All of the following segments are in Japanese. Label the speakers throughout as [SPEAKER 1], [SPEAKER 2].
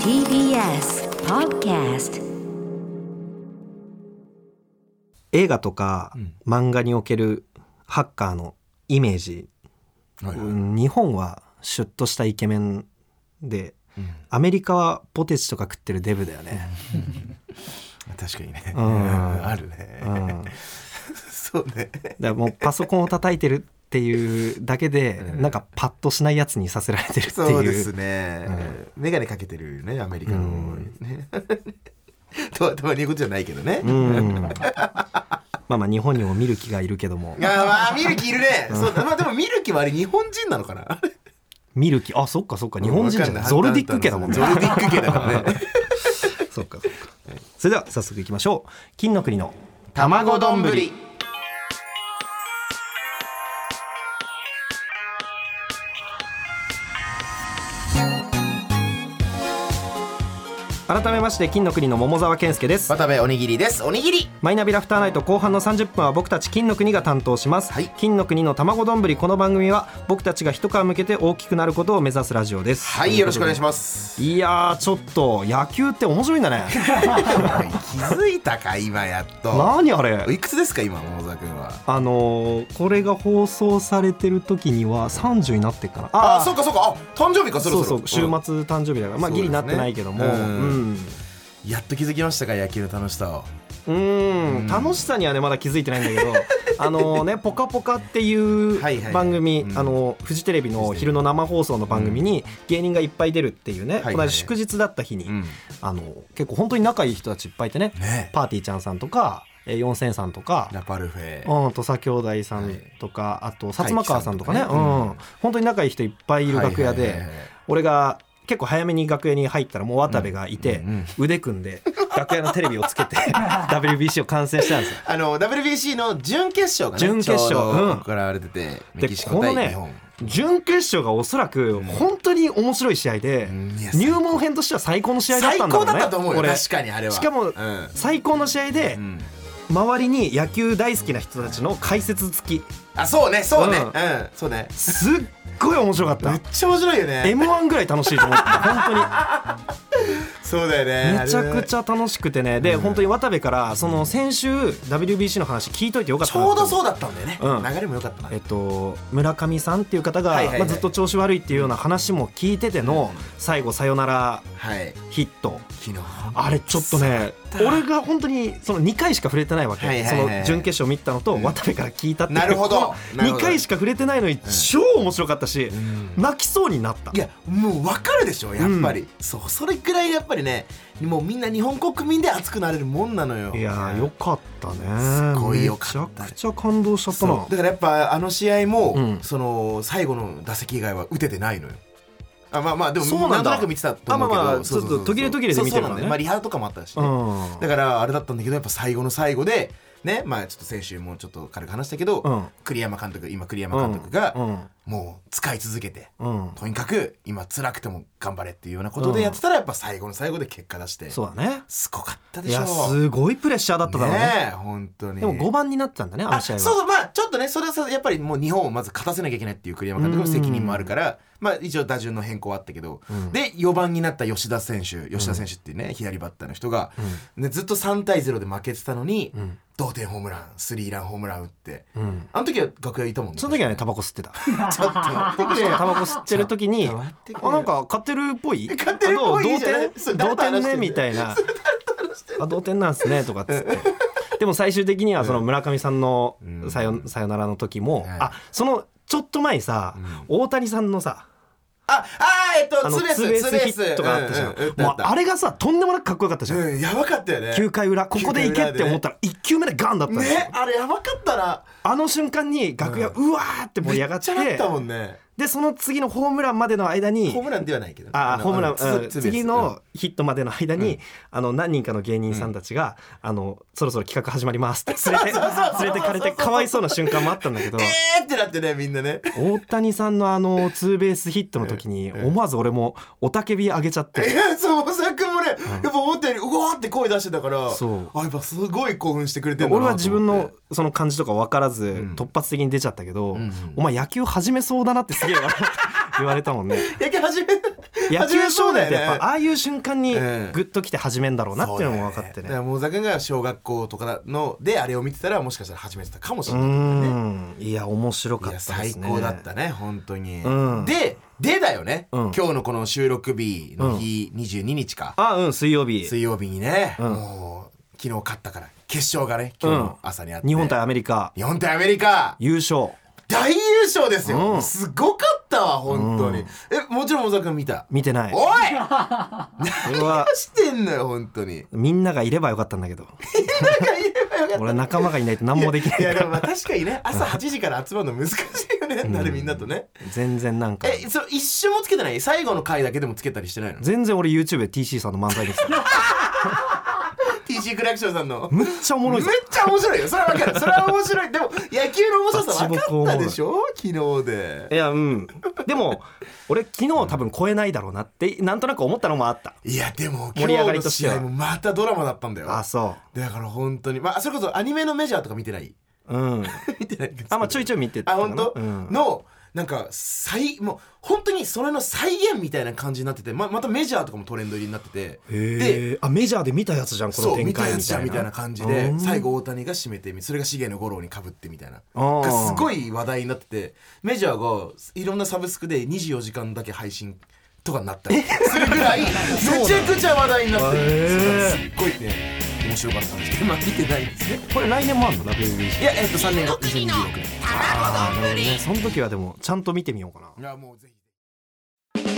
[SPEAKER 1] TBS Podcast
[SPEAKER 2] 映画とか漫画におけるハッカーのイメージ、
[SPEAKER 3] はいはい
[SPEAKER 2] うん日本はシュッとしたイケメンでアメリカはポテチとか食ってるデブだよね、
[SPEAKER 3] 確かにね、
[SPEAKER 2] うん
[SPEAKER 3] あるね、
[SPEAKER 2] うんだか
[SPEAKER 3] そうね
[SPEAKER 2] らもうパソコンを叩いてるっていうだけで、
[SPEAKER 3] うん
[SPEAKER 2] なんかパッとしないやつにさせられてるって
[SPEAKER 3] そう
[SPEAKER 2] い
[SPEAKER 3] で
[SPEAKER 2] う
[SPEAKER 3] すね、メガネかけてるよねアメリカの、ね と はたまに言うことじゃないけどね、
[SPEAKER 2] うんまあまあ日本にも見る気がいるけども
[SPEAKER 3] あーまあミルキいるね、そうまあでもミルキはあれ日本人なのかな
[SPEAKER 2] 見る気あそっかそっ か日本人じゃないゾルディック家だもんね
[SPEAKER 3] ゾルディック家だからね
[SPEAKER 2] そっかそっかそれでは早速いきましょう金の国の
[SPEAKER 3] 卵丼ぶり
[SPEAKER 2] 改めまして金の国の桃沢健介です
[SPEAKER 3] 渡部おにぎりですおにぎり
[SPEAKER 2] マイナビラフターナイト後半の30分は僕たち金の国が担当します、
[SPEAKER 3] はい
[SPEAKER 2] 金の国の卵丼ぶりこの番組は僕たちが一皮向けて大きくなることを目指すラジオです
[SPEAKER 3] はいよろしくお願いし
[SPEAKER 2] ま
[SPEAKER 3] ます
[SPEAKER 2] すいやーちょっと野球って面白いんだ ね
[SPEAKER 3] 気づいたか今やっと
[SPEAKER 2] 何あれ
[SPEAKER 3] いくつですか今桃沢君は
[SPEAKER 2] あのーこれが放送されてる時には30になってっから
[SPEAKER 3] ああそうかそうかあ誕生日かそろ
[SPEAKER 2] そう
[SPEAKER 3] そ
[SPEAKER 2] そう
[SPEAKER 3] ろ
[SPEAKER 2] 週末
[SPEAKER 3] ん
[SPEAKER 2] 誕生日だからまあ
[SPEAKER 3] そうですね
[SPEAKER 2] ギリなってないけどもう
[SPEAKER 3] うん
[SPEAKER 2] ん
[SPEAKER 3] やっと気づきましたか野球の楽しさを
[SPEAKER 2] うん楽しさにはねまだ気づいてないん だけどあのね「ぽかぽか」っていう
[SPEAKER 3] はいはいはい
[SPEAKER 2] 番組
[SPEAKER 3] うん
[SPEAKER 2] あのフジテレビの昼の生放送の番組に芸人がいっぱい出るっていうね
[SPEAKER 3] い
[SPEAKER 2] こ
[SPEAKER 3] はい
[SPEAKER 2] の間祝日だった日にあの結構本当に仲いい人たちいっぱいいてね
[SPEAKER 3] ね
[SPEAKER 2] パーティーちゃんさんとかえー四千さんとか
[SPEAKER 3] ラパルフェ
[SPEAKER 2] うん、土佐兄弟さんとか、あと薩摩川さんとかね、
[SPEAKER 3] 大
[SPEAKER 2] う
[SPEAKER 3] 樹さんとかね
[SPEAKER 2] ん、本当に仲いい人いっぱいいる楽屋
[SPEAKER 3] はいはいはい
[SPEAKER 2] で
[SPEAKER 3] はい
[SPEAKER 2] 俺が結構早めに楽屋に入ったらもう渡部がいて、
[SPEAKER 3] うんうん
[SPEAKER 2] 腕組んで楽屋のテレビをつけ て WBC を観戦したんですよ。
[SPEAKER 3] あの WBC の準決勝がね
[SPEAKER 2] 準決勝
[SPEAKER 3] ちょう
[SPEAKER 2] う
[SPEAKER 3] ど
[SPEAKER 2] ん
[SPEAKER 3] 行われてて、メ
[SPEAKER 2] で
[SPEAKER 3] キシコ
[SPEAKER 2] この
[SPEAKER 3] 対
[SPEAKER 2] ね
[SPEAKER 3] 日本、
[SPEAKER 2] 準決勝がおそらく本当に面白い試合で、
[SPEAKER 3] うんいや
[SPEAKER 2] 入門編としては最高の試合だっ
[SPEAKER 3] 最
[SPEAKER 2] たんだろ
[SPEAKER 3] 高
[SPEAKER 2] うね
[SPEAKER 3] だったと思うよ
[SPEAKER 2] 俺
[SPEAKER 3] 確かにあれは
[SPEAKER 2] しかも、
[SPEAKER 3] うん
[SPEAKER 2] 最高の試合で、
[SPEAKER 3] うん
[SPEAKER 2] 周りに野球大好きな人たちの解説付き
[SPEAKER 3] あそうねそうね
[SPEAKER 2] う
[SPEAKER 3] うんんそうね
[SPEAKER 2] すっごい面白かっ
[SPEAKER 3] め
[SPEAKER 2] た
[SPEAKER 3] っ。ちゃ面白いよね
[SPEAKER 2] m 1ぐらい楽しいと思った本当に
[SPEAKER 3] そうだよね
[SPEAKER 2] めちゃくち
[SPEAKER 3] ゃ
[SPEAKER 2] ゃ楽しくてねで、本当に渡部からその先週 WBC の話聞いといてよかっ
[SPEAKER 3] ち
[SPEAKER 2] たな
[SPEAKER 3] ょうど
[SPEAKER 2] う
[SPEAKER 3] そうだったんだよね、
[SPEAKER 2] うん
[SPEAKER 3] 流れも良かったな
[SPEAKER 2] えっと、村上さんっていう方が、
[SPEAKER 3] はいはいはい
[SPEAKER 2] まあ、ずっと調子悪いっていうような話も聞いてての最後サヨナラ
[SPEAKER 3] はい
[SPEAKER 2] ヒット
[SPEAKER 3] 昨日
[SPEAKER 2] あれちょっとね俺が本当にその2回しか触れてないわけ、
[SPEAKER 3] はいはいはい
[SPEAKER 2] その準決勝見たのと、渡部から聞いたっていう
[SPEAKER 3] なるほど
[SPEAKER 2] この
[SPEAKER 3] なるほ
[SPEAKER 2] 2
[SPEAKER 3] ど
[SPEAKER 2] 回しか触れてないのに超面白かったし、
[SPEAKER 3] ん
[SPEAKER 2] 泣きそうになった
[SPEAKER 3] いやもう分かるでしょやっぱり、
[SPEAKER 2] う
[SPEAKER 3] そうそれくらいやっぱりねもうみんな日本国民で熱くなれるもんなのよ
[SPEAKER 2] いやーよかったね
[SPEAKER 3] すごいよかった
[SPEAKER 2] めちゃくちゃ感動しちゃったな
[SPEAKER 3] そうだからやっぱあの試合も、
[SPEAKER 2] うん
[SPEAKER 3] その最後の打席以外は打ててないのよあまあまあでも
[SPEAKER 2] そうなんだ
[SPEAKER 3] となく見てたと思うけ
[SPEAKER 2] あ
[SPEAKER 3] ど、
[SPEAKER 2] まあまあ
[SPEAKER 3] そうそうそう
[SPEAKER 2] ちょっと途切れ途切れで見てるからね
[SPEAKER 3] そうそうなんだよまあリハとかもあったしね、
[SPEAKER 2] うん
[SPEAKER 3] だからあれだったんだけどやっぱ最後の最後でねまあちょっと先週もちょっと軽く話したけど、
[SPEAKER 2] うん
[SPEAKER 3] 栗山監督今栗山監督が、もう使い続けて、
[SPEAKER 2] うんうん、
[SPEAKER 3] とにかく今辛くても頑張れっていうようなことでやってたらやっぱ最後の最後で結果出して、
[SPEAKER 2] そうだね
[SPEAKER 3] すごかったで
[SPEAKER 2] い
[SPEAKER 3] しょ
[SPEAKER 2] やすごいプレッシャーだっただろうね
[SPEAKER 3] ねえ本当に
[SPEAKER 2] でも5番になってたんだねあの
[SPEAKER 3] あ
[SPEAKER 2] 試
[SPEAKER 3] そ
[SPEAKER 2] 合は
[SPEAKER 3] うそうまあちょっとねそれはさやっぱりもう日本をまず勝たせなきゃいけないっていう栗山監督の責任もあるから、まあ、一応打順の変更はあったけど、で4番になった吉田選手吉田選手っていうね、左バッターの人が、ね、ずっと3対0で負けてたのに、同点ホームランスリーランホームラン打って、
[SPEAKER 2] ん
[SPEAKER 3] あの時は楽屋いたもんね
[SPEAKER 2] その時はねタバコ吸ってた
[SPEAKER 3] ちょっと待ってくれよ
[SPEAKER 2] タバコ吸ってる時に
[SPEAKER 3] ちょっと待ってくれ
[SPEAKER 2] あなんか勝てるっぽい
[SPEAKER 3] 勝てるっぽいじゃない
[SPEAKER 2] あ
[SPEAKER 3] それ
[SPEAKER 2] 同
[SPEAKER 3] 誰と
[SPEAKER 2] 点同点
[SPEAKER 3] 話して
[SPEAKER 2] ね
[SPEAKER 3] んの
[SPEAKER 2] みたいなあ同点なんすねとかっつってでも最終的にはその村上さんの
[SPEAKER 3] うん
[SPEAKER 2] さよさよならの時も、
[SPEAKER 3] はい
[SPEAKER 2] あそのちょっと前にさ、大谷さんのさ
[SPEAKER 3] ああーえっと
[SPEAKER 2] あの
[SPEAKER 3] ツーベー
[SPEAKER 2] ツーベ
[SPEAKER 3] ス
[SPEAKER 2] ースヒットがあったじゃん、
[SPEAKER 3] うんうん打った
[SPEAKER 2] も
[SPEAKER 3] 打
[SPEAKER 2] う
[SPEAKER 3] った
[SPEAKER 2] あれがさとんでもなくかっこよかったじゃん、
[SPEAKER 3] うんやばかったよね
[SPEAKER 2] 9回裏ここでいけって思ったら1球目でガンだったんですよ
[SPEAKER 3] ねあれやばかったな
[SPEAKER 2] あの瞬間に楽屋、うわーって盛り上がっ
[SPEAKER 3] めちゃなってたもんね
[SPEAKER 2] でその次のホームランまでの間に
[SPEAKER 3] ホームランではないけどね
[SPEAKER 2] あー
[SPEAKER 3] の
[SPEAKER 2] ホームラン
[SPEAKER 3] ツー
[SPEAKER 2] うん
[SPEAKER 3] ツーベース
[SPEAKER 2] 次のヒットまでの間に、あの何人かの芸人さんたちが、あのそろそろ企画始まりますって 連れて連れてかれてかわいそうな瞬間もあったんだけど
[SPEAKER 3] えーってなってねみんなね
[SPEAKER 2] 大谷さんのあのツーベースヒットの時に思わず俺もおたけび上げちゃっ
[SPEAKER 3] い
[SPEAKER 2] て
[SPEAKER 3] やそう大沢君もね、やっぱ思ったよりうわーって声出してたから
[SPEAKER 2] そう
[SPEAKER 3] あやっぱすごい興奮してくれてる
[SPEAKER 2] 俺は自分のその感じとか分からず突発的に出ちゃったけど、
[SPEAKER 3] んうん
[SPEAKER 2] お前野球始めそうだなってすげえ言われ言われたもんね。
[SPEAKER 3] 野球始め
[SPEAKER 2] 野球少年って
[SPEAKER 3] 始めそうだよね
[SPEAKER 2] やっぱああいう瞬間にグ
[SPEAKER 3] うん
[SPEAKER 2] ッときて始めんだろうなっていうのも分かって
[SPEAKER 3] だ
[SPEAKER 2] ね
[SPEAKER 3] から桃沢君が小学校とかのであれを見てたらもしかしたら始めてたかもし
[SPEAKER 2] う
[SPEAKER 3] れない
[SPEAKER 2] んいや面白か
[SPEAKER 3] い
[SPEAKER 2] っ
[SPEAKER 3] や
[SPEAKER 2] たで
[SPEAKER 3] 最
[SPEAKER 2] すね
[SPEAKER 3] 高だったね本当に、
[SPEAKER 2] うん
[SPEAKER 3] ででだよね、
[SPEAKER 2] うん
[SPEAKER 3] 今日のこの収録日の日22日か、
[SPEAKER 2] あうん水曜日
[SPEAKER 3] 水曜日にね、
[SPEAKER 2] ん
[SPEAKER 3] もう昨日勝ったから決勝がね今日の朝にあって、
[SPEAKER 2] 日本対アメリカ
[SPEAKER 3] 日本対アメリカ
[SPEAKER 2] 優勝
[SPEAKER 3] 大優勝ですよ、
[SPEAKER 2] うん
[SPEAKER 3] すごかったわ本当に、
[SPEAKER 2] う
[SPEAKER 3] えもちろん小沢君見た
[SPEAKER 2] 見てない
[SPEAKER 3] おい
[SPEAKER 2] それは
[SPEAKER 3] 何してんのよ本当に
[SPEAKER 2] みんながいればよかったんだけど
[SPEAKER 3] なんか言えばよかった
[SPEAKER 2] 俺仲間がいないと何もできない
[SPEAKER 3] いや
[SPEAKER 2] か
[SPEAKER 3] でもま
[SPEAKER 2] ら
[SPEAKER 3] あ確かにね朝8時から集まるの難しいよね、あれみんなとね
[SPEAKER 2] 全然なんか
[SPEAKER 3] えそれ一瞬もつけてない最後の回だけでもつけたりしてないの
[SPEAKER 2] 全然俺 YouTube で TC さんの漫才です
[SPEAKER 3] TC クラクションさんの
[SPEAKER 2] むっちゃおもろい
[SPEAKER 3] めっ
[SPEAKER 2] ぞ
[SPEAKER 3] ちゃ面白いよそれは分かるそれは面白いでも野球の面白さ分かったでしょ昨日で
[SPEAKER 2] いやうんでも俺昨日多分超えないだろうなってなんとなく思ったのもあった
[SPEAKER 3] いやでも
[SPEAKER 2] 盛
[SPEAKER 3] 今
[SPEAKER 2] り上が
[SPEAKER 3] 日
[SPEAKER 2] りと
[SPEAKER 3] の
[SPEAKER 2] して
[SPEAKER 3] 試
[SPEAKER 2] は
[SPEAKER 3] 合もまたドラマだったんだよ
[SPEAKER 2] あそ
[SPEAKER 3] だから本当にまあそれこそアニメのメジャーとか見てない
[SPEAKER 2] ううん
[SPEAKER 3] 見てないけど
[SPEAKER 2] あまあちょいちょい見てた
[SPEAKER 3] あ
[SPEAKER 2] かな
[SPEAKER 3] 本
[SPEAKER 2] う
[SPEAKER 3] 当、
[SPEAKER 2] ん
[SPEAKER 3] のなんか再もう本当にそれの再現みたいな感じになっててままたメジャーとかもトレンド入りになっててで
[SPEAKER 2] へえあメジャーで見たやつじゃんこの
[SPEAKER 3] そう
[SPEAKER 2] 展
[SPEAKER 3] 見た
[SPEAKER 2] 開
[SPEAKER 3] や
[SPEAKER 2] み
[SPEAKER 3] つじ
[SPEAKER 2] た
[SPEAKER 3] ゃ
[SPEAKER 2] い
[SPEAKER 3] ん
[SPEAKER 2] な
[SPEAKER 3] みたいな感じで
[SPEAKER 2] うん
[SPEAKER 3] 最後大谷が締めてそれが茂野五郎にかぶってみたいな
[SPEAKER 2] あー
[SPEAKER 3] がすごい話題になっててメジャーがいろんなサブスクで24時間だけ配信とかになったりする ぐらいめちゃくちゃ話題になってる
[SPEAKER 2] へー
[SPEAKER 3] すっごいね面白かったんですけどまあ見てないんですね
[SPEAKER 2] これ来年もあんのな WBC
[SPEAKER 3] いやえっと3年後2026年
[SPEAKER 2] あーなるほどねその時はでもちゃんと見てみようかない
[SPEAKER 3] やもうぜひ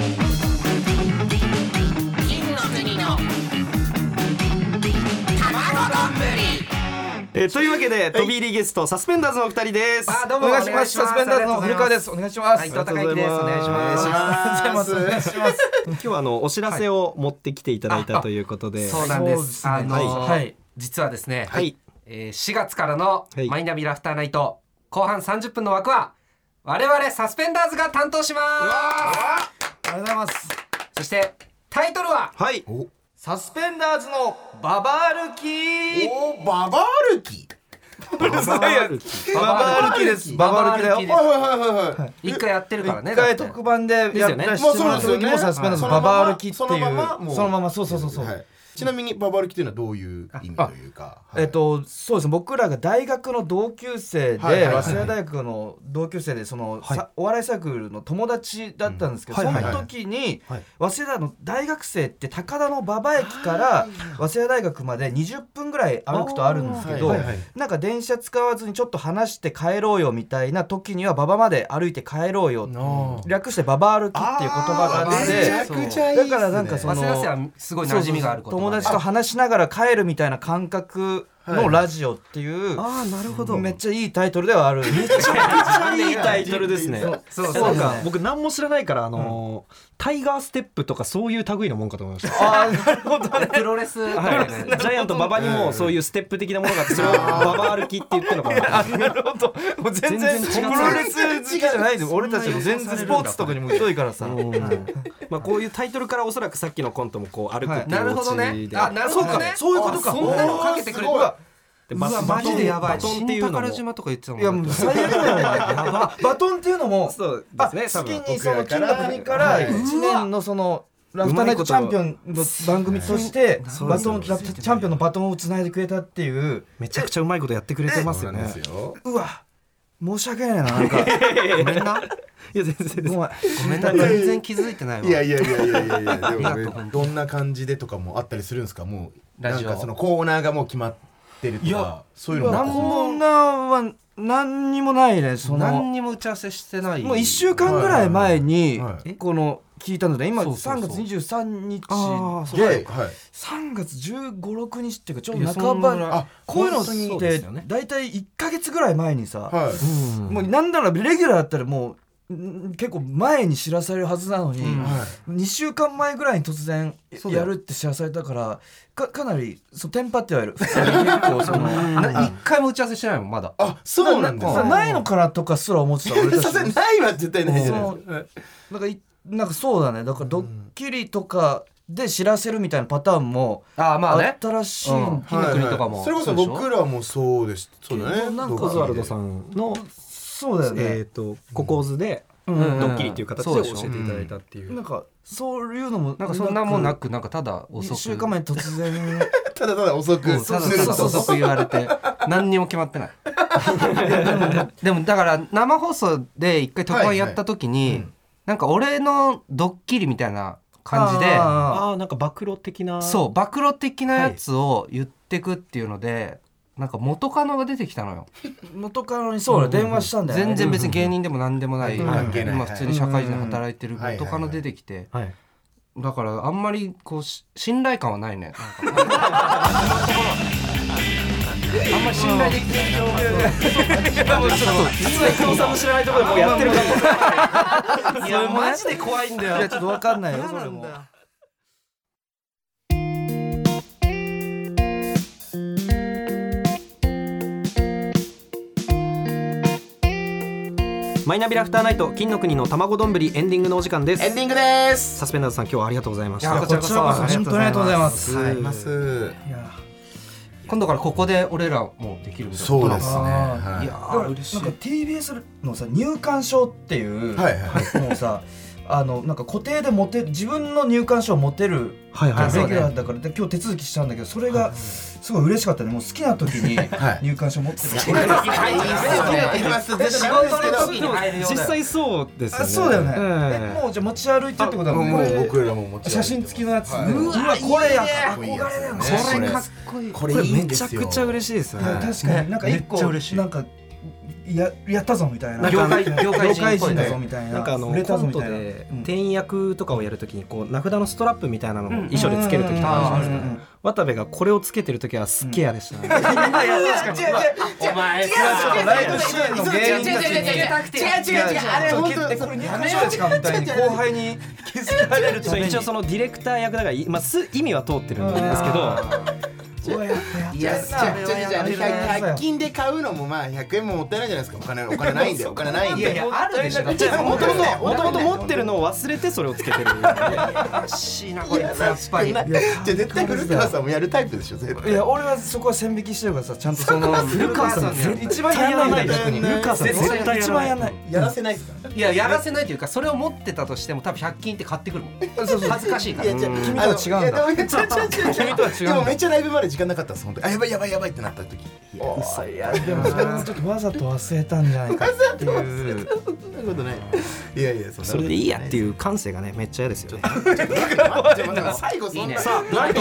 [SPEAKER 2] えーというわけで飛び入りゲストサスペンダーズのお二人です
[SPEAKER 4] あどうも。
[SPEAKER 5] お願いします。サスペンダーズの古川ですす。お願いします。
[SPEAKER 4] はい、伊
[SPEAKER 2] ありが
[SPEAKER 4] 藤
[SPEAKER 2] とうご
[SPEAKER 4] 孝
[SPEAKER 2] ざい
[SPEAKER 4] 之です。
[SPEAKER 2] ます
[SPEAKER 4] お願いします。
[SPEAKER 3] お願いします
[SPEAKER 4] お願いします。
[SPEAKER 2] 今日はあのお知らせを持ってきていただいた
[SPEAKER 4] はい
[SPEAKER 2] ということで、
[SPEAKER 4] そうなんです。
[SPEAKER 5] ね
[SPEAKER 4] あのー
[SPEAKER 5] はいはい
[SPEAKER 4] 実はですね、
[SPEAKER 2] はい
[SPEAKER 4] えー4月からの
[SPEAKER 2] はい
[SPEAKER 4] マイナビラフターナイト後半30分の枠は我々サスペンダーズが担当します。
[SPEAKER 5] ありがとうございます。
[SPEAKER 4] そしてタイトルは
[SPEAKER 2] はい
[SPEAKER 5] サスペンダーズのババ歩き。
[SPEAKER 3] おババ歩き
[SPEAKER 2] ババ歩き
[SPEAKER 4] バ
[SPEAKER 5] ババ歩きです。ババ歩きだよ。
[SPEAKER 4] ババ歩きで
[SPEAKER 3] はいはいはいはいはい
[SPEAKER 4] 一回やってるからね。
[SPEAKER 5] 一
[SPEAKER 4] だっ
[SPEAKER 5] 回
[SPEAKER 4] て
[SPEAKER 5] 特番でやっ
[SPEAKER 4] ですよね
[SPEAKER 5] たしてもらった時
[SPEAKER 3] まあそうですよね
[SPEAKER 5] もサスペンダーズの
[SPEAKER 3] はい
[SPEAKER 5] ババ歩きっていう。
[SPEAKER 3] そ
[SPEAKER 5] そ
[SPEAKER 3] のままもう
[SPEAKER 5] のまま、そうそうそうそう。
[SPEAKER 3] はいちなみにババ歩きというのはどういう意味というかはい
[SPEAKER 5] えっと、そうですね僕らが大学の同級生で、
[SPEAKER 3] はいはいはい
[SPEAKER 5] 早稲田大学の同級生でその、さお笑いサークルの友達だったんですけど、
[SPEAKER 2] うんはいはい
[SPEAKER 5] そ
[SPEAKER 2] はい
[SPEAKER 5] の時に、
[SPEAKER 2] はい
[SPEAKER 5] 早稲田の大学生って高田の馬場駅から早稲田大学まで20分ぐらい歩くとあるんですけど、
[SPEAKER 3] あーはいはいはい
[SPEAKER 5] なんか電車使わずにちょっと話して帰ろうよみたいな時には馬場まで歩いて帰ろうよ略して「馬場歩き」っていう言葉があっ
[SPEAKER 3] めちゃ
[SPEAKER 5] て。
[SPEAKER 3] くちゃいいっす
[SPEAKER 5] だ
[SPEAKER 3] ね
[SPEAKER 5] からなんかそ
[SPEAKER 4] 早
[SPEAKER 5] の
[SPEAKER 4] 稲田生はすごい馴染みがあること
[SPEAKER 5] 友達と話しながら帰るみたいな感覚のラジオっていう、
[SPEAKER 2] あーなるほど
[SPEAKER 5] め
[SPEAKER 2] め
[SPEAKER 5] っ
[SPEAKER 2] っち
[SPEAKER 5] ちゃいいタイトルではあるめっち
[SPEAKER 2] ゃいいタイトルですね
[SPEAKER 4] そうそう
[SPEAKER 2] いやなん
[SPEAKER 5] そう
[SPEAKER 2] か
[SPEAKER 5] ですね
[SPEAKER 2] 僕何も知らないからあのータイガーステップとかそういう類のもんかと思いました
[SPEAKER 5] あーなるほどね
[SPEAKER 4] プロレス。
[SPEAKER 2] はい、 ジャイアント馬場にもそういうステップ的なものがあってそれを馬場歩きって言ってるのかな
[SPEAKER 5] なるほどもう全然
[SPEAKER 2] 全然
[SPEAKER 5] プ
[SPEAKER 2] 違う
[SPEAKER 5] ロレス好きじゃないで俺たちも全然スポーツとかにも疎いからさ
[SPEAKER 2] まあこういうタイトルからおそらくさっきのコントもこう歩くってい
[SPEAKER 4] な
[SPEAKER 2] う
[SPEAKER 4] る
[SPEAKER 2] オ
[SPEAKER 4] ほど
[SPEAKER 2] チ
[SPEAKER 4] ね。
[SPEAKER 2] で
[SPEAKER 4] あ、なるほどね。
[SPEAKER 5] そうかそういうことか
[SPEAKER 4] そんなのかけてくれる
[SPEAKER 3] おーすごい。
[SPEAKER 2] で
[SPEAKER 4] うわマジでやばい。
[SPEAKER 2] バトンっていうのも
[SPEAKER 4] 新宝島とか言ってたもん
[SPEAKER 5] いやもう最悪だよねバトンっていうのも
[SPEAKER 2] そうで
[SPEAKER 5] あ
[SPEAKER 2] すね多分
[SPEAKER 5] 月にその金の国から1年のそのラフターナイトチャンピオンの番組としてバトンラフターチャンピオンのバトンをつないでくれたっていう
[SPEAKER 2] めちゃくちゃうまいことやってくれてます
[SPEAKER 3] そ
[SPEAKER 2] よ
[SPEAKER 3] うなん
[SPEAKER 2] ね
[SPEAKER 3] ですよ
[SPEAKER 5] うわ申し訳ないななんか
[SPEAKER 4] ごめんな。
[SPEAKER 2] いや全然
[SPEAKER 5] ごめん
[SPEAKER 4] ごめんな。全然気づいてないわ。
[SPEAKER 3] いやいやいやいやいやいやでもねどんな感じでとかもあったりするんですかもう
[SPEAKER 4] ラ
[SPEAKER 3] な
[SPEAKER 4] ジ
[SPEAKER 3] ん
[SPEAKER 4] オ
[SPEAKER 3] かそのコーナーがもう決まってると
[SPEAKER 4] い
[SPEAKER 3] か
[SPEAKER 4] や
[SPEAKER 3] そういうのもあ
[SPEAKER 5] な
[SPEAKER 3] っ
[SPEAKER 5] ん
[SPEAKER 3] たりする
[SPEAKER 5] もは何にもないねそ
[SPEAKER 4] 何
[SPEAKER 5] の
[SPEAKER 4] にも打ち合わせしてない。
[SPEAKER 5] もう1週間ぐらい前に
[SPEAKER 3] はいはいはい
[SPEAKER 5] この聞いたので今
[SPEAKER 4] そうそう
[SPEAKER 5] 3
[SPEAKER 4] そう
[SPEAKER 5] 月23日
[SPEAKER 2] あーそう
[SPEAKER 3] はい
[SPEAKER 5] で
[SPEAKER 3] はい
[SPEAKER 5] 3月1 5六6日っていうかちょう
[SPEAKER 4] いや
[SPEAKER 5] ど半
[SPEAKER 4] そんぐらい
[SPEAKER 5] ば
[SPEAKER 3] あ
[SPEAKER 5] こういうの
[SPEAKER 4] そう
[SPEAKER 5] っ
[SPEAKER 4] です
[SPEAKER 5] て
[SPEAKER 4] よね
[SPEAKER 5] 大体1か月ぐらい前にさ
[SPEAKER 3] はい
[SPEAKER 5] もうなんならレギュラーだったらもうん結構前に知らされるはずなのに
[SPEAKER 4] うん
[SPEAKER 3] はい
[SPEAKER 5] 2週間前ぐらいに突然
[SPEAKER 4] そうだ
[SPEAKER 5] や
[SPEAKER 4] よ
[SPEAKER 5] るって知らされたからかかなりそうテンパっ てはいる普通に結構その。
[SPEAKER 4] な一回も打ち合わせしてないもんまだ。
[SPEAKER 3] あそうなん
[SPEAKER 5] な
[SPEAKER 3] だ
[SPEAKER 5] なないのかなとかすら思ってた俺 たち
[SPEAKER 3] させないは絶対ないじゃない
[SPEAKER 5] そうなんかいなんかそうだねだからドッキリとかで知らせるみたいなパターンも
[SPEAKER 4] あまあね。
[SPEAKER 5] 新しい、
[SPEAKER 4] うん
[SPEAKER 3] はいはい
[SPEAKER 4] 金の国とかも
[SPEAKER 3] それこそ僕らもそうですそうだね
[SPEAKER 5] なんか
[SPEAKER 2] オズワルドさ
[SPEAKER 3] ん
[SPEAKER 2] んの
[SPEAKER 5] そうだよね、
[SPEAKER 2] えっとココーズで
[SPEAKER 5] う
[SPEAKER 2] ド
[SPEAKER 5] ん
[SPEAKER 4] ん
[SPEAKER 2] ッキリっていう形で教えていただいたってい
[SPEAKER 5] な
[SPEAKER 2] うん
[SPEAKER 5] かそういうのも
[SPEAKER 4] なんかそんなもんなくなんかただ遅
[SPEAKER 5] 1
[SPEAKER 4] く
[SPEAKER 5] 週間前に突然
[SPEAKER 3] ただただ遅く
[SPEAKER 4] うんただただ遅く言われて何にも決ま ってないでもだから生放送で一回特番やった時に、なんか俺のドッキリみたいな感じで
[SPEAKER 5] あ
[SPEAKER 2] ああなんか暴露的な
[SPEAKER 4] そう暴露的なやつを言ってくっていうので、なんか元カノが出てきたのよ
[SPEAKER 5] ー元カノにそうだ電話したんだよね
[SPEAKER 4] 全然別に芸人でも何でもない、
[SPEAKER 3] うん
[SPEAKER 2] 関係ない
[SPEAKER 4] 今普通に社会人で働いてる
[SPEAKER 3] うん
[SPEAKER 4] 元カノ出てきて、
[SPEAKER 2] はい
[SPEAKER 4] だからあんまりこうし信頼感はないねなんかあんまり信頼できない
[SPEAKER 5] 実は伊藤さんも知らないところでもうやってるから
[SPEAKER 4] いやマジで怖いんだよ
[SPEAKER 5] いやちょっとわかんないよそれ
[SPEAKER 4] なん
[SPEAKER 5] も
[SPEAKER 4] だよ
[SPEAKER 2] マイナビラフターナイト金の国の卵丼ぶりエンディングのお時間です
[SPEAKER 3] エンディングです
[SPEAKER 2] サスペンダーズさん今日はありがとうございまし
[SPEAKER 4] い
[SPEAKER 2] た
[SPEAKER 4] やこちらこそ
[SPEAKER 5] 本当にありがとうございます
[SPEAKER 3] あります
[SPEAKER 5] いや
[SPEAKER 4] 今度からここで俺らもできるみたいな
[SPEAKER 3] そうですね
[SPEAKER 5] あ
[SPEAKER 4] いや
[SPEAKER 3] は
[SPEAKER 4] ー嬉しい
[SPEAKER 5] なんか TBS のさ入館証っていう、
[SPEAKER 3] いはいはい
[SPEAKER 5] もうさあのなんか固定で持てる自分の入館証を持てる
[SPEAKER 2] はいはい
[SPEAKER 5] レ
[SPEAKER 4] あ
[SPEAKER 2] は
[SPEAKER 4] そう
[SPEAKER 5] ギ
[SPEAKER 4] ね
[SPEAKER 5] ュラーだからで今日手続きしたんだけどそれがすごい嬉しかったねもう好きな時に
[SPEAKER 3] はい
[SPEAKER 5] 入館証持ってる、
[SPEAKER 3] いいですよね
[SPEAKER 4] 仕事の
[SPEAKER 3] い
[SPEAKER 4] 時
[SPEAKER 3] い
[SPEAKER 4] に
[SPEAKER 3] です
[SPEAKER 4] 入る
[SPEAKER 2] い
[SPEAKER 4] よう
[SPEAKER 2] 実
[SPEAKER 4] だよ
[SPEAKER 2] 際そうですよ
[SPEAKER 5] あ
[SPEAKER 2] ね
[SPEAKER 5] そうだよね、
[SPEAKER 2] え
[SPEAKER 5] え
[SPEAKER 2] え
[SPEAKER 5] もうじゃあ持ち歩いてってこと
[SPEAKER 3] け
[SPEAKER 5] だ
[SPEAKER 3] ど
[SPEAKER 5] もん
[SPEAKER 3] も
[SPEAKER 5] ね
[SPEAKER 3] う僕らももちろん
[SPEAKER 5] 写真付きのやつ、
[SPEAKER 3] は
[SPEAKER 5] ね
[SPEAKER 3] いう
[SPEAKER 5] わこれや
[SPEAKER 3] これ
[SPEAKER 5] 憧れ
[SPEAKER 3] いいやつ
[SPEAKER 5] だよね
[SPEAKER 3] だよねこれ
[SPEAKER 4] これかっこいい
[SPEAKER 3] こ
[SPEAKER 2] これ
[SPEAKER 3] れいい
[SPEAKER 2] め
[SPEAKER 3] んで
[SPEAKER 2] ちゃ
[SPEAKER 3] すよ
[SPEAKER 2] くちゃ嬉しいですよ
[SPEAKER 5] はい
[SPEAKER 2] ね
[SPEAKER 5] 確かになんか一
[SPEAKER 3] めっちゃ
[SPEAKER 5] 個
[SPEAKER 3] 嬉しい
[SPEAKER 5] なんかややったぞみたいな
[SPEAKER 4] 業界業界人っぽいね
[SPEAKER 5] 人だぞみたいな
[SPEAKER 2] なんかあの
[SPEAKER 5] 売れ
[SPEAKER 2] コ
[SPEAKER 5] たぞ
[SPEAKER 2] ン
[SPEAKER 5] み
[SPEAKER 2] ト
[SPEAKER 5] たいな
[SPEAKER 2] で
[SPEAKER 5] うん
[SPEAKER 2] 店員役とかをやるときにこう名札のストラップみたいなのを衣装でつけるときとかあるじゃないです
[SPEAKER 5] うんうんうん
[SPEAKER 2] か渡部がこれをつけてるときはすっげえ嫌でしたね
[SPEAKER 5] 違う違う
[SPEAKER 4] お前違う
[SPEAKER 5] ライブシーンの芸人たちにこれ入館証しかみたいに後輩に気づかれる
[SPEAKER 2] そ
[SPEAKER 5] た
[SPEAKER 2] う
[SPEAKER 5] めに
[SPEAKER 2] 一応そのディレクター役だから、いまあ、す意味は通ってるんですけど
[SPEAKER 5] うわやっぱやっ
[SPEAKER 3] い
[SPEAKER 5] ち
[SPEAKER 3] や
[SPEAKER 5] ゃ
[SPEAKER 3] 違
[SPEAKER 5] った
[SPEAKER 3] う違う違う100均で買うのもまあ100円ももったいないじゃないですかお金お金ないんでお金ないん
[SPEAKER 5] いやい
[SPEAKER 3] で
[SPEAKER 5] やあるでしょ
[SPEAKER 2] じゃあも ともとも
[SPEAKER 3] も
[SPEAKER 2] と
[SPEAKER 3] とも
[SPEAKER 2] も
[SPEAKER 3] と
[SPEAKER 2] と
[SPEAKER 3] 持
[SPEAKER 2] 持
[SPEAKER 3] っ
[SPEAKER 2] ってて
[SPEAKER 3] る
[SPEAKER 2] るのを忘れてそれをつけてるんで
[SPEAKER 4] しいなこいつやっぱり
[SPEAKER 3] じゃあ絶対古川さんもやるタイプでしょ絶対
[SPEAKER 5] いや俺はそこは線引きしてるからさちゃんとその
[SPEAKER 4] 古川さんね
[SPEAKER 5] 一番やらないで
[SPEAKER 3] 絶対やらない
[SPEAKER 5] 古川さん
[SPEAKER 4] 絶対
[SPEAKER 5] 一番やらない
[SPEAKER 3] やらせないですから
[SPEAKER 4] いややらせないというかそれを持ってたとしても多分100均って買ってくるもん
[SPEAKER 5] そうそう
[SPEAKER 4] 恥ずかしいか
[SPEAKER 3] い
[SPEAKER 4] ら
[SPEAKER 3] や違う
[SPEAKER 5] 君とは違うんだ
[SPEAKER 3] いやでもいや違う違う違う
[SPEAKER 5] 君とは違うんだ
[SPEAKER 3] でもめっちゃライブまで時間なかったです本当にあやばいやばいやばいってなった時いやそ
[SPEAKER 5] いやでもそれはちょっとわざと忘れたんじゃないかっていう
[SPEAKER 3] そんなことないいやいやそんな
[SPEAKER 2] それでいいやって
[SPEAKER 3] う
[SPEAKER 2] いう感性がねめっちゃ嫌ですよね
[SPEAKER 3] 最後そんな
[SPEAKER 4] さあ
[SPEAKER 2] なんと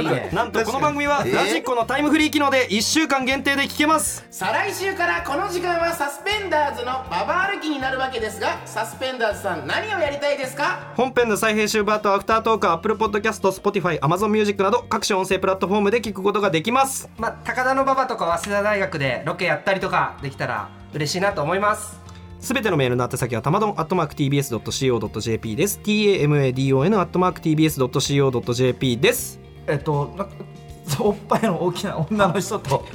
[SPEAKER 4] いいね
[SPEAKER 2] なんとこの番組は
[SPEAKER 3] えー
[SPEAKER 2] ラジコのタイムフリー機能で1週間限定で聞けます
[SPEAKER 6] 再来週からこの時間はサスペンダーズのババ歩きになるわけですがサスペンダーズさん何をやりたいですか
[SPEAKER 2] 本編の再編集バーとアフタートークは Apple Podcast、Spotify、Amazon Music など各種音声プラットフォームで聞くことができます
[SPEAKER 4] まあ高田の馬場とか早稲田大学でロケやったりとかできたら嬉しいなと思います
[SPEAKER 2] すべてのメールの宛先はたまどん atmarktbs.co.jp です tamadon atmarktbs.co.jp です
[SPEAKER 5] えっとなんかおっぱいの大きな女の人と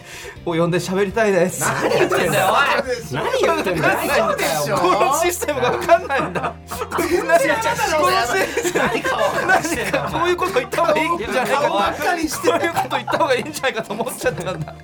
[SPEAKER 5] を呼んで喋りたいです
[SPEAKER 4] 言ってんだよおい
[SPEAKER 2] 何言ってんだ
[SPEAKER 4] 大丈夫だよ
[SPEAKER 2] このシステムが分かんないんだ
[SPEAKER 4] 何かを話してんだ
[SPEAKER 2] こういうこと言った方がいいんじゃないか
[SPEAKER 4] 顔ば
[SPEAKER 2] っかりしてこういうこと言った方がいいんじゃないかと思っちゃったんだ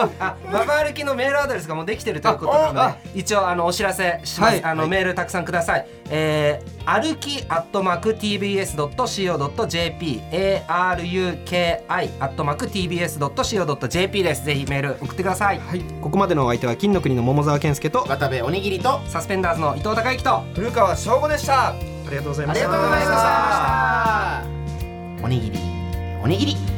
[SPEAKER 4] あ、ババ歩きのメールアドレスがもうできてるということなので、一応あのお知らせします。
[SPEAKER 5] はい
[SPEAKER 4] あのメールたくさんください。えー、歩きアットマーク tbs ドット co ドット jp、a r u k i アットマーク tbs ドット co ドット jp です。ぜひメール送ってください。
[SPEAKER 2] ここまでのお相手は金の国の桃沢健介と
[SPEAKER 6] 渡部おにぎりと
[SPEAKER 4] サスペンダーズの伊藤孝之と。
[SPEAKER 5] 古川翔吾でした
[SPEAKER 2] ありがとうござい
[SPEAKER 6] あ
[SPEAKER 2] ま
[SPEAKER 6] りがとうございましたおにぎりおにぎり